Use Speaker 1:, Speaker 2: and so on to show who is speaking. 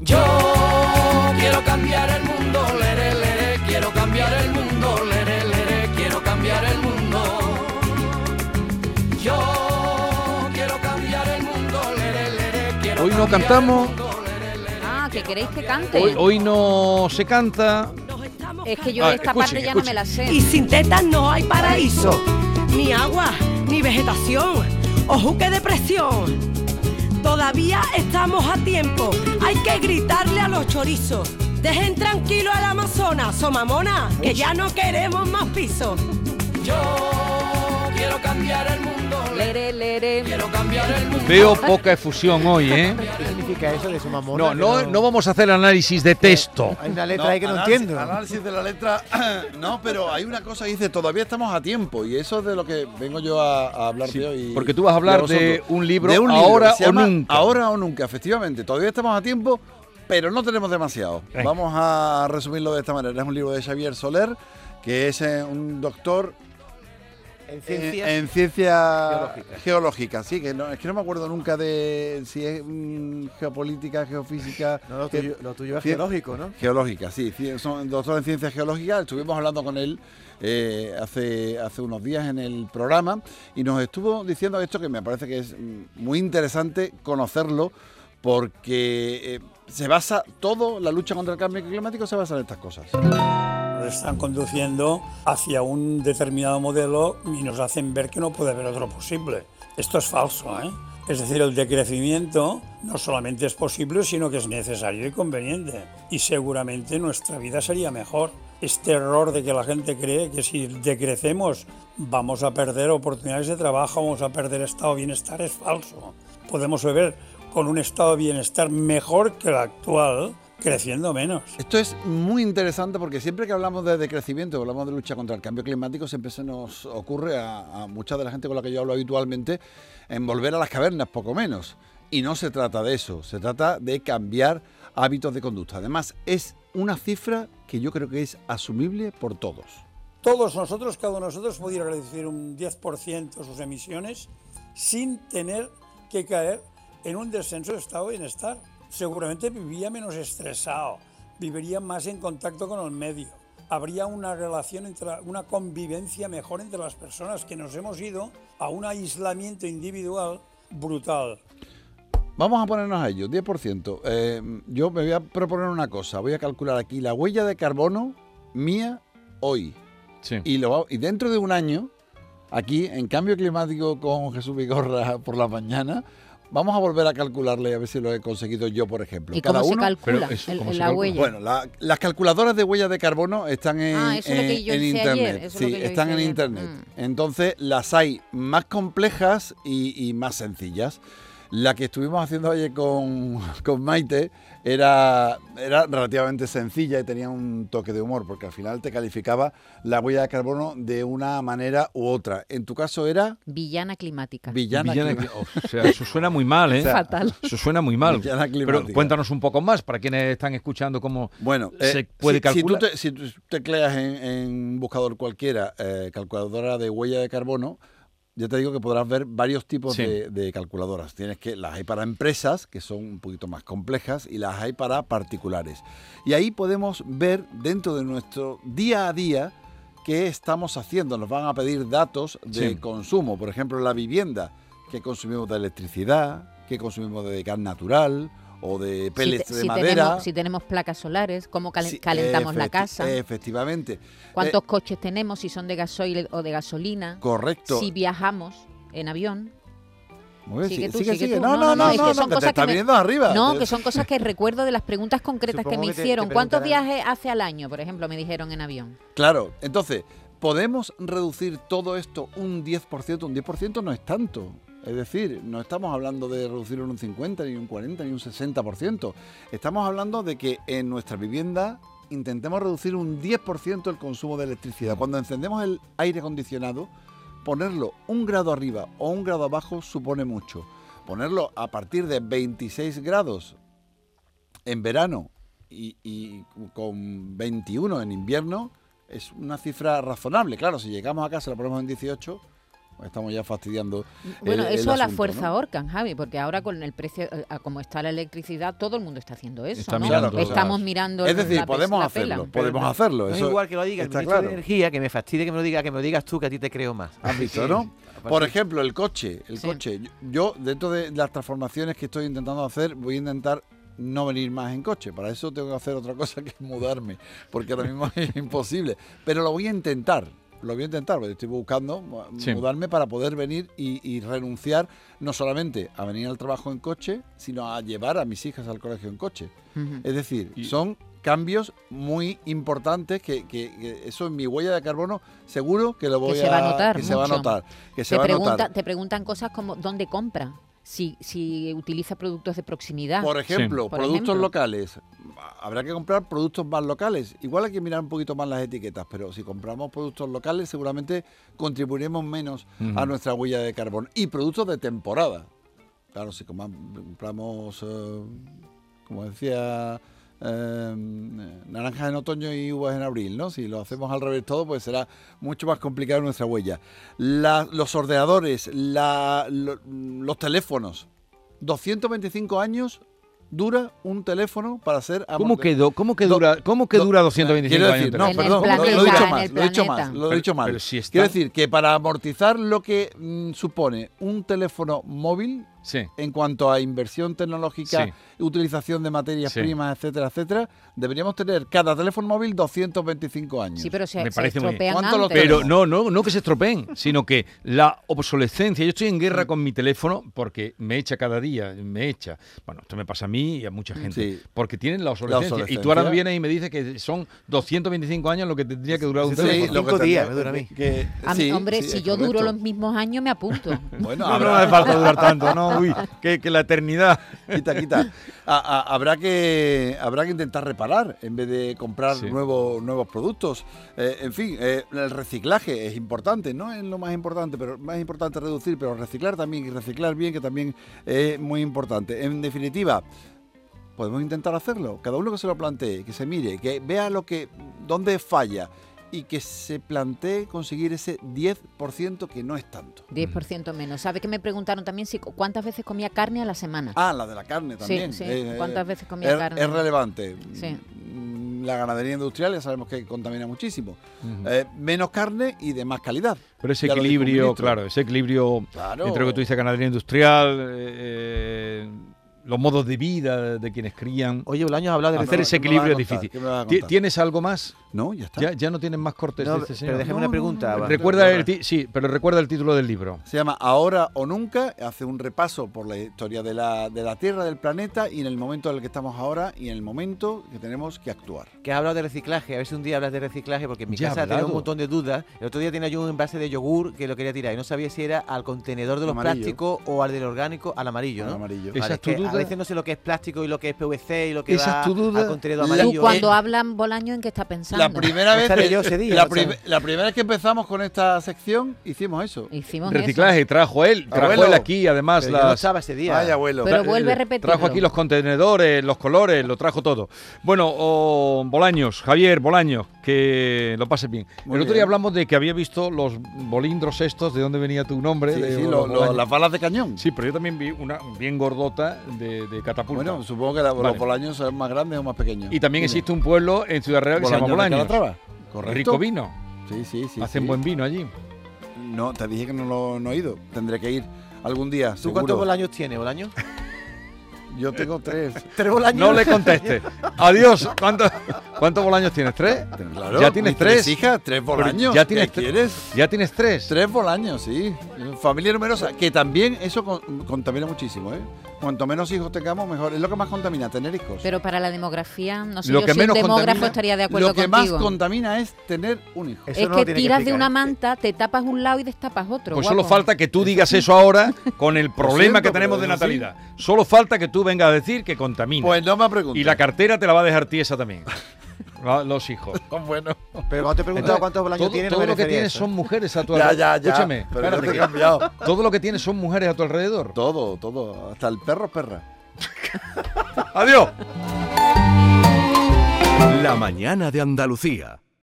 Speaker 1: Yo quiero cambiar el mundo, lere, lere, quiero cambiar el mundo, lere, lere, quiero cambiar el mundo. Yo quiero cambiar el mundo, lere, lere, quiero
Speaker 2: Hoy no
Speaker 1: cambiar el
Speaker 2: cantamos.
Speaker 1: mundo, lere, lere,
Speaker 3: Ah, que queréis que cante.
Speaker 2: Hoy, hoy no se canta.
Speaker 3: Es que yo
Speaker 2: oh. Ah,
Speaker 3: esta
Speaker 2: escuchen,
Speaker 3: parte ya no
Speaker 2: escuchen.
Speaker 3: me la sé.
Speaker 4: Y sin tetas no hay paraíso, ni agua, ni vegetación, ojo que depresión. Todavía estamos a tiempo, hay que gritarle a los chorizos. Dejen tranquilo al Amazonas, somamona, que ya no queremos más pisos.
Speaker 1: Yo quiero cambiar el mundo, lere,
Speaker 3: Lere, lere.
Speaker 1: quiero cambiar el mundo.
Speaker 2: Veo poca efusión hoy, ¿eh?
Speaker 5: ¿Qué significa eso de su mamón?
Speaker 2: No, no, no vamos a hacer análisis de texto.
Speaker 5: Hay una letra ahí que no
Speaker 6: análisis-
Speaker 5: entiendo.
Speaker 6: Análisis de la letra. no, pero hay una cosa que dice, todavía estamos a tiempo. Y eso es de lo que vengo yo a, a hablar
Speaker 2: Sí,
Speaker 6: de hoy.
Speaker 2: porque tú vas a hablar
Speaker 6: vosotros.
Speaker 2: de un libro,
Speaker 6: De un
Speaker 2: Ahora
Speaker 6: que se
Speaker 2: o
Speaker 6: llama
Speaker 2: Nunca.
Speaker 6: Ahora o nunca, efectivamente. Todavía estamos a tiempo, pero no tenemos demasiado.
Speaker 2: Venga.
Speaker 6: Vamos a resumirlo de esta manera. Es un libro de Xavier Soler, que es eh, un doctor
Speaker 5: En
Speaker 6: en, en ciencia geológica. sí, que no, es que no me acuerdo nunca de si es mm, geopolítica, geofísica.
Speaker 5: No, lo
Speaker 6: ge-
Speaker 5: tuyo, lo tuyo es
Speaker 6: cien-
Speaker 5: geológico, eh, ¿no?
Speaker 6: Geológica, sí, cien- son doctor en ciencias geológicas. Estuvimos hablando con él eh, hace, hace unos días en el programa y nos estuvo diciendo esto que me parece que es mm, muy interesante conocerlo porque eh, se basa todo, la lucha contra el cambio climático se basa en estas cosas.
Speaker 7: Nos están conduciendo hacia un determinado modelo y nos hacen ver que no puede haber otro posible. Esto es falso, ¿eh? Es decir, el decrecimiento no solamente es posible, sino que es necesario y conveniente. Y seguramente nuestra vida sería mejor. Este error de que la gente cree que si decrecemos vamos a perder oportunidades de trabajo, vamos a perder estado de bienestar, es falso. Podemos beber con un estado de bienestar mejor que el actual, creciendo menos.
Speaker 6: Esto es muy interesante porque siempre que hablamos de decrecimiento, hablamos de lucha contra el cambio climático, siempre se nos ocurre a, a mucha de la gente con la que yo hablo habitualmente en volver a las cavernas, poco menos. Y no se trata de eso, se trata de cambiar hábitos de conducta. Además, es una cifra que yo creo que es asumible por todos.
Speaker 7: todos nosotros, cada uno de nosotros, pudiera reducir un 10% sus emisiones sin tener que caer en un descenso de estado de bienestar. Seguramente viviría menos estresado, viviría más en contacto con el medio, habría una relación, entre, una convivencia mejor entre las personas que nos hemos ido a un aislamiento individual brutal.
Speaker 6: Vamos a ponernos a ello, 10%. Eh, yo me voy a proponer una cosa, voy a calcular aquí la huella de carbono mía hoy.
Speaker 2: Sí.
Speaker 6: Y, lo, va- y dentro de un año, aquí en Cambio Climático con Jesús Vigorra por la mañana, vamos a volver a calcularle a ver si lo he conseguido yo, por ejemplo.
Speaker 3: ¿Y cómo se
Speaker 6: uno-
Speaker 3: calcula
Speaker 2: Pero eso,
Speaker 3: el-
Speaker 2: ¿cómo
Speaker 3: el-
Speaker 2: se
Speaker 3: la
Speaker 2: calcula?
Speaker 3: huella?
Speaker 6: Bueno, la- las calculadoras de huellas de carbono están en,
Speaker 3: Pues Ah, eso es lo que
Speaker 6: en-
Speaker 3: yo
Speaker 6: en
Speaker 3: hice ayer,
Speaker 6: internet.
Speaker 3: eso es
Speaker 6: sí,
Speaker 3: lo que yo
Speaker 6: están
Speaker 3: hice
Speaker 6: en
Speaker 3: ayer. Mm.
Speaker 6: internet. Entonces, las hay más complejas y, y más sencillas. La que estuvimos haciendo ayer con, con Maite era, era relativamente sencilla y tenía un toque de humor, porque al final te calificaba la huella de carbono de una manera u otra. En tu caso era
Speaker 3: Villana climática.
Speaker 6: villana.
Speaker 2: Villana
Speaker 6: clima-
Speaker 2: cli- o sea, eso suena muy mal, ¿eh?
Speaker 6: O sea,
Speaker 3: Fatal.
Speaker 2: Eso suena muy mal.
Speaker 6: Villana
Speaker 2: Pero
Speaker 6: climática.
Speaker 2: cuéntanos un poco más para quienes están escuchando cómo
Speaker 6: Bueno,
Speaker 2: se
Speaker 6: eh,
Speaker 2: puede
Speaker 6: si,
Speaker 2: calcular.
Speaker 6: Si tú, te, si tú tecleas en, en un buscador cualquiera, eh, calculadora de huella de carbono, ya te digo que podrás ver varios tipos
Speaker 2: Sí.
Speaker 6: de, de calculadoras. Tienes que las hay para empresas, que son un poquito más complejas, y las hay para particulares. Y ahí podemos ver dentro de nuestro día a día qué estamos haciendo. Nos van a pedir datos de
Speaker 2: Sí.
Speaker 6: consumo, por ejemplo, la vivienda, qué consumimos de electricidad, qué consumimos de gas natural o de
Speaker 3: Si,
Speaker 6: pellets
Speaker 3: te-
Speaker 6: de
Speaker 3: si
Speaker 6: madera.
Speaker 3: tenemos, si tenemos placas solares, cómo calen-
Speaker 6: Sí,
Speaker 3: calentamos la
Speaker 6: efecti- eh,
Speaker 3: casa,
Speaker 6: Efectivamente. Eh,
Speaker 3: cuántos coches tenemos, si son de gasoil o de gasolina,
Speaker 6: Correcto.
Speaker 3: si viajamos en avión.
Speaker 6: Muy bien,
Speaker 3: sigue
Speaker 6: sí-
Speaker 3: tú,
Speaker 6: sigue,
Speaker 3: sigue
Speaker 6: sigue.
Speaker 3: tú.
Speaker 6: No, no, no,
Speaker 3: es que
Speaker 6: no,
Speaker 3: son
Speaker 6: no, que te
Speaker 3: cosas
Speaker 6: está
Speaker 3: que me-
Speaker 6: viniendo arriba.
Speaker 3: No,
Speaker 6: Te-
Speaker 3: que son cosas que recuerdo de las preguntas concretas
Speaker 5: Supongo
Speaker 3: que me
Speaker 5: que te- te
Speaker 3: hicieron. ¿Cuántos
Speaker 5: preguntarán-
Speaker 3: viajes hace al año, por ejemplo, me dijeron en avión?
Speaker 6: Claro, entonces, ¿podemos reducir todo esto un 10%? Un 10% no es tanto. Es decir, no estamos hablando de reducirlo en un 50, ni un 40, ni un 60%. Estamos hablando de que en nuestra vivienda intentemos reducir un 10% el consumo de electricidad. Cuando encendemos el aire acondicionado, ponerlo un grado arriba o un grado abajo supone mucho. Ponerlo a partir de 26 grados en verano y, y con 21 en invierno es una cifra razonable. Claro, si llegamos a casa y lo ponemos en 18, pues Estamos ya fastidiando.
Speaker 3: Bueno,
Speaker 6: el- el
Speaker 3: eso a la
Speaker 6: asunto,
Speaker 3: fuerza
Speaker 6: ¿no?
Speaker 3: ahorcan, Javi, porque ahora con el precio, eh, a como está la electricidad, todo el mundo está haciendo eso.
Speaker 2: Está
Speaker 3: ¿no?
Speaker 2: mirando
Speaker 6: cosas.
Speaker 3: Estamos mirando
Speaker 6: Es decir,
Speaker 3: la pes-
Speaker 6: podemos
Speaker 3: la pela.
Speaker 6: hacerlo, podemos hacerlo.
Speaker 5: No es
Speaker 6: eso
Speaker 5: igual que lo diga el
Speaker 6: está
Speaker 5: ministro
Speaker 6: claro.
Speaker 5: de Energía, que me fastidie que me lo diga, que me lo digas tú, que a ti te creo más.
Speaker 6: ¿Has visto, no?
Speaker 5: Aparte-
Speaker 6: Por ejemplo, el coche. El
Speaker 3: Sí.
Speaker 6: coche. Yo- Yo, dentro de las transformaciones que estoy intentando hacer, voy a intentar no venir más en coche. Para eso tengo que hacer otra cosa que mudarme, porque ahora mismo es imposible. Pero lo voy a intentar. Lo voy a intentar, porque estoy buscando mu-
Speaker 2: Sí.
Speaker 6: mudarme para poder venir y, y renunciar no solamente a venir al trabajo en coche, sino a llevar a mis hijas al colegio en coche.
Speaker 3: Ujú.
Speaker 6: Es decir,
Speaker 2: Y-
Speaker 6: son cambios muy importantes que, que- que eso en mi huella de carbono seguro que lo voy
Speaker 3: se va a
Speaker 6: a-
Speaker 3: notar
Speaker 6: que se va a
Speaker 3: mucho.
Speaker 6: notar que se
Speaker 3: te,
Speaker 6: va a
Speaker 3: pregunta-
Speaker 6: notar.
Speaker 3: te preguntan cosas como dónde compra, si, si utiliza productos de proximidad.
Speaker 6: Por ejemplo,
Speaker 3: Por
Speaker 6: productos
Speaker 3: ejemplo.
Speaker 6: locales. Habrá que comprar productos más locales. Igual hay que mirar un poquito más las etiquetas, pero si compramos productos locales seguramente contribuiremos menos a nuestra huella de carbón. Y productos de temporada. Claro, si coma- compramos, eh, como decía, eh, naranjas en otoño y uvas en abril, ¿no? Si lo hacemos al revés todo, pues será mucho más complicado nuestra huella. La- los ordenadores, la- lo- los teléfonos. 225 años dura un teléfono para ser
Speaker 2: ¿Cómo
Speaker 6: amorte-
Speaker 2: que, do- cómo que
Speaker 6: Do-
Speaker 2: dura, cómo que
Speaker 6: do-
Speaker 2: dura 225
Speaker 6: Quiero decir,
Speaker 2: años?
Speaker 6: no,
Speaker 3: En el
Speaker 6: perdón, lo- lo, he
Speaker 3: planeta,
Speaker 6: dicho
Speaker 3: en
Speaker 6: mal,
Speaker 3: el
Speaker 6: lo he dicho
Speaker 3: planeta.
Speaker 6: mal, lo he
Speaker 2: Pero-
Speaker 6: dicho mal.
Speaker 2: pero si está-
Speaker 6: Quiero decir que para amortizar lo que mm, supone un teléfono móvil
Speaker 2: Sí.
Speaker 6: en cuanto a inversión tecnológica,
Speaker 2: Sí.
Speaker 6: utilización de materias
Speaker 2: Sí.
Speaker 6: primas, etcétera, etcétera, deberíamos tener cada teléfono móvil 225 años.
Speaker 3: Sí, pero se,
Speaker 2: Me
Speaker 3: se
Speaker 2: parece muy bien.
Speaker 3: estropean
Speaker 6: ¿Cuánto lo
Speaker 3: antes.
Speaker 2: Pero
Speaker 6: Pero-
Speaker 2: no, no, no que se estropeen, sino que la obsolescencia. Yo estoy en
Speaker 6: Mm.
Speaker 2: guerra con mi teléfono porque me echa cada día, me echa. Bueno, esto me pasa a mí y a mucha gente.
Speaker 6: Sí.
Speaker 2: Porque tienen la obsolescencia. Y tú
Speaker 6: obsolescencia.
Speaker 2: ahora vienes y me dices que son 225 años lo que tendría que durar un
Speaker 5: Sí,
Speaker 2: teléfono.
Speaker 5: Cinco
Speaker 6: tendría-
Speaker 5: días me dura a mí.
Speaker 6: que-
Speaker 3: A mí,
Speaker 6: sí,
Speaker 3: hombre,
Speaker 6: sí,
Speaker 3: si
Speaker 6: es
Speaker 3: yo duro los
Speaker 6: correcto.
Speaker 3: mismos años, me apunto.
Speaker 6: Bueno,
Speaker 2: No,
Speaker 6: habrá-
Speaker 2: no hace falta durar tanto, no, uy, que, que la eternidad.
Speaker 6: quita, quita. A- a- habrá, que, habrá que intentar reparar en vez de comprar
Speaker 2: Sí.
Speaker 6: nuevos, nuevos productos. Eh, en fin, eh, el reciclaje es importante, no es lo más importante, pero más importante reducir, pero reciclar también y reciclar bien, que también es muy importante. En definitiva, podemos intentar hacerlo. Cada uno que se lo plantee, que se mire, que vea lo que dónde falla y que se plantee conseguir ese 10% que no es tanto.
Speaker 3: 10% menos. ¿Sabes que me preguntaron también si cu- cuántas veces comía carne a la semana?
Speaker 6: Ah, la de la carne
Speaker 3: Sí,
Speaker 6: también.
Speaker 3: sí.
Speaker 6: Eh, eh,
Speaker 3: ¿Cuántas veces comía
Speaker 6: es-
Speaker 3: carne?
Speaker 6: Es relevante.
Speaker 3: Sí.
Speaker 6: Mm, La ganadería industrial ya sabemos que contamina muchísimo. Eh, menos carne y de más calidad.
Speaker 2: Pero ese
Speaker 6: Ya lo dijo un
Speaker 2: equilibrio,
Speaker 6: ministro.
Speaker 2: claro, ese equilibrio
Speaker 6: Claro.
Speaker 2: entre lo que tú dices, ganadería industrial, eh, eh, los modos de vida de quienes crían.
Speaker 5: Oye, Bolaños ha hablado de
Speaker 2: Hacer
Speaker 5: reforma-
Speaker 2: ese
Speaker 6: ¿Qué me vas
Speaker 2: equilibrio
Speaker 6: a
Speaker 2: es
Speaker 6: contar?
Speaker 2: difícil.
Speaker 6: ¿Qué me vas a
Speaker 2: Ti-
Speaker 6: contar?
Speaker 2: ¿Tienes algo más?
Speaker 6: No, ya está.
Speaker 2: Ya, ya no tienen más cortes
Speaker 5: No,
Speaker 2: de este
Speaker 5: pero
Speaker 2: señor.
Speaker 5: déjame una pregunta. va.
Speaker 2: Recuerda el ti- sí, pero recuerda el título del libro.
Speaker 6: Se llama Ahora o Nunca, hace un repaso por la historia de la, de la Tierra, del planeta y en el momento en el que estamos ahora y en el momento que tenemos que actuar.
Speaker 5: que has hablado de reciclaje, a ver si un día hablas de reciclaje, porque en mi
Speaker 2: Ya he
Speaker 5: casa tengo un
Speaker 2: hablado.
Speaker 5: montón de dudas. El otro día tenía yo un envase de yogur que lo quería tirar y no sabía si era al contenedor de los
Speaker 6: Amarillo.
Speaker 5: plásticos o al del orgánico, al amarillo,
Speaker 6: Al
Speaker 5: ¿no?
Speaker 6: amarillo.
Speaker 2: Esa
Speaker 5: Vale,
Speaker 2: es tu
Speaker 5: que A
Speaker 2: duda.
Speaker 5: veces no sé lo que es plástico y lo que es PVC y lo que
Speaker 2: Esa
Speaker 5: va
Speaker 2: es tu duda.
Speaker 5: al contenedor
Speaker 6: La-
Speaker 5: amarillo.
Speaker 3: Tú cuando
Speaker 5: Eh,
Speaker 3: hablan Bolaño, ¿en qué está pensando?
Speaker 6: La primera,
Speaker 5: No
Speaker 6: vez
Speaker 5: estaré
Speaker 6: que-
Speaker 5: yo ese día,
Speaker 6: la,
Speaker 5: no sé.
Speaker 6: prim- la primera vez que empezamos con esta sección hicimos eso.
Speaker 3: Hicimos eso.
Speaker 2: Reciclaje, trajo él, trajo
Speaker 6: Abuelo.
Speaker 2: él aquí, además
Speaker 5: pero yo no
Speaker 2: las,
Speaker 5: estaba ese día.
Speaker 6: Ay, abuelo.
Speaker 3: Pero
Speaker 2: Tra-
Speaker 3: vuelve a
Speaker 2: eh,
Speaker 3: repetirlo.
Speaker 2: Trajo aquí los contenedores, los colores, lo trajo todo. Bueno, oh, Bolaños, Javier Bolaños, que lo pases bien.
Speaker 6: Muy
Speaker 2: el otro
Speaker 6: bien.
Speaker 2: día hablamos de que había visto los bolindros estos, de dónde venía tu nombre.
Speaker 6: Sí,
Speaker 2: de-
Speaker 6: sí,
Speaker 2: los
Speaker 6: lo- lo-
Speaker 2: Bolaños.
Speaker 6: las balas de cañón.
Speaker 2: Sí, pero yo también vi una bien gordota de, de catapulta.
Speaker 6: Bueno, supongo que la- los
Speaker 2: Vale.
Speaker 6: bolaños son más grandes o más pequeños.
Speaker 2: y también existe un pueblo en Ciudad Real que se llama Bolaños.
Speaker 6: Correcto.
Speaker 2: Rico vino.
Speaker 6: Sí, sí, sí.
Speaker 2: Hacen
Speaker 6: sí.
Speaker 2: buen vino allí.
Speaker 6: No, te dije que no lo no he ido. Tendré que ir algún día.
Speaker 5: ¿Tú
Speaker 6: seguro.
Speaker 5: cuántos bolaños tienes, Bolaños?
Speaker 6: Yo tengo tres.
Speaker 5: ¿Tres bolaños?
Speaker 2: No le conteste. Adiós. ¿Cuántos, ¿Cuántos bolaños tienes? ¿Tres?
Speaker 6: Claro,
Speaker 2: ya tienes
Speaker 6: mis tres.
Speaker 2: tres.
Speaker 6: hijas, tres bolaños.
Speaker 2: ya tienes
Speaker 6: ¿Qué
Speaker 2: tre-
Speaker 6: quieres?
Speaker 2: Ya tienes tres.
Speaker 6: Tres bolaños, sí. Familia numerosa, que también eso con- contamina muchísimo, ¿eh? Cuanto menos hijos tengamos, mejor. Es lo que más contamina, tener hijos.
Speaker 3: Pero para la demografía, no sé,
Speaker 2: Lo
Speaker 3: yo
Speaker 2: que
Speaker 3: soy un
Speaker 2: menos
Speaker 3: demógrafo
Speaker 2: contamina-
Speaker 3: estaría de acuerdo
Speaker 6: lo que
Speaker 3: contigo.
Speaker 6: más contamina es tener un hijo.
Speaker 5: Eso
Speaker 3: es
Speaker 5: no lo
Speaker 3: que
Speaker 5: tiene
Speaker 3: tiras de
Speaker 5: explicar,
Speaker 3: una
Speaker 5: ¿eh?
Speaker 3: manta, te tapas un lado y destapas otro.
Speaker 2: Pues
Speaker 3: guapo.
Speaker 2: solo falta que tú digas eso ahora con el problema
Speaker 6: siento,
Speaker 2: que tenemos
Speaker 6: pero
Speaker 2: de
Speaker 6: es así.
Speaker 2: natalidad. Solo falta que tú vengas a decir que contamina.
Speaker 6: Pues no me preguntes.
Speaker 2: y la cartera te la va a dejar tiesa también. Va- Los hijos.
Speaker 6: Bueno.
Speaker 5: Pero cuando te he preguntado cuántos bolaños
Speaker 2: todo
Speaker 5: tienes,
Speaker 2: todo
Speaker 5: no me
Speaker 2: lo que
Speaker 5: refería a
Speaker 2: tienes
Speaker 5: eso.
Speaker 2: son mujeres a tu
Speaker 6: Ya,
Speaker 2: alrededor.
Speaker 6: ya, ya.
Speaker 2: Escúchame,
Speaker 6: Pero
Speaker 2: espérate,
Speaker 6: yo te he
Speaker 2: que-
Speaker 6: cambiado.
Speaker 2: todo lo que tienes son mujeres a tu alrededor.
Speaker 6: Todo, todo. Hasta el perro, perra.
Speaker 2: Adiós.
Speaker 8: La mañana de Andalucía.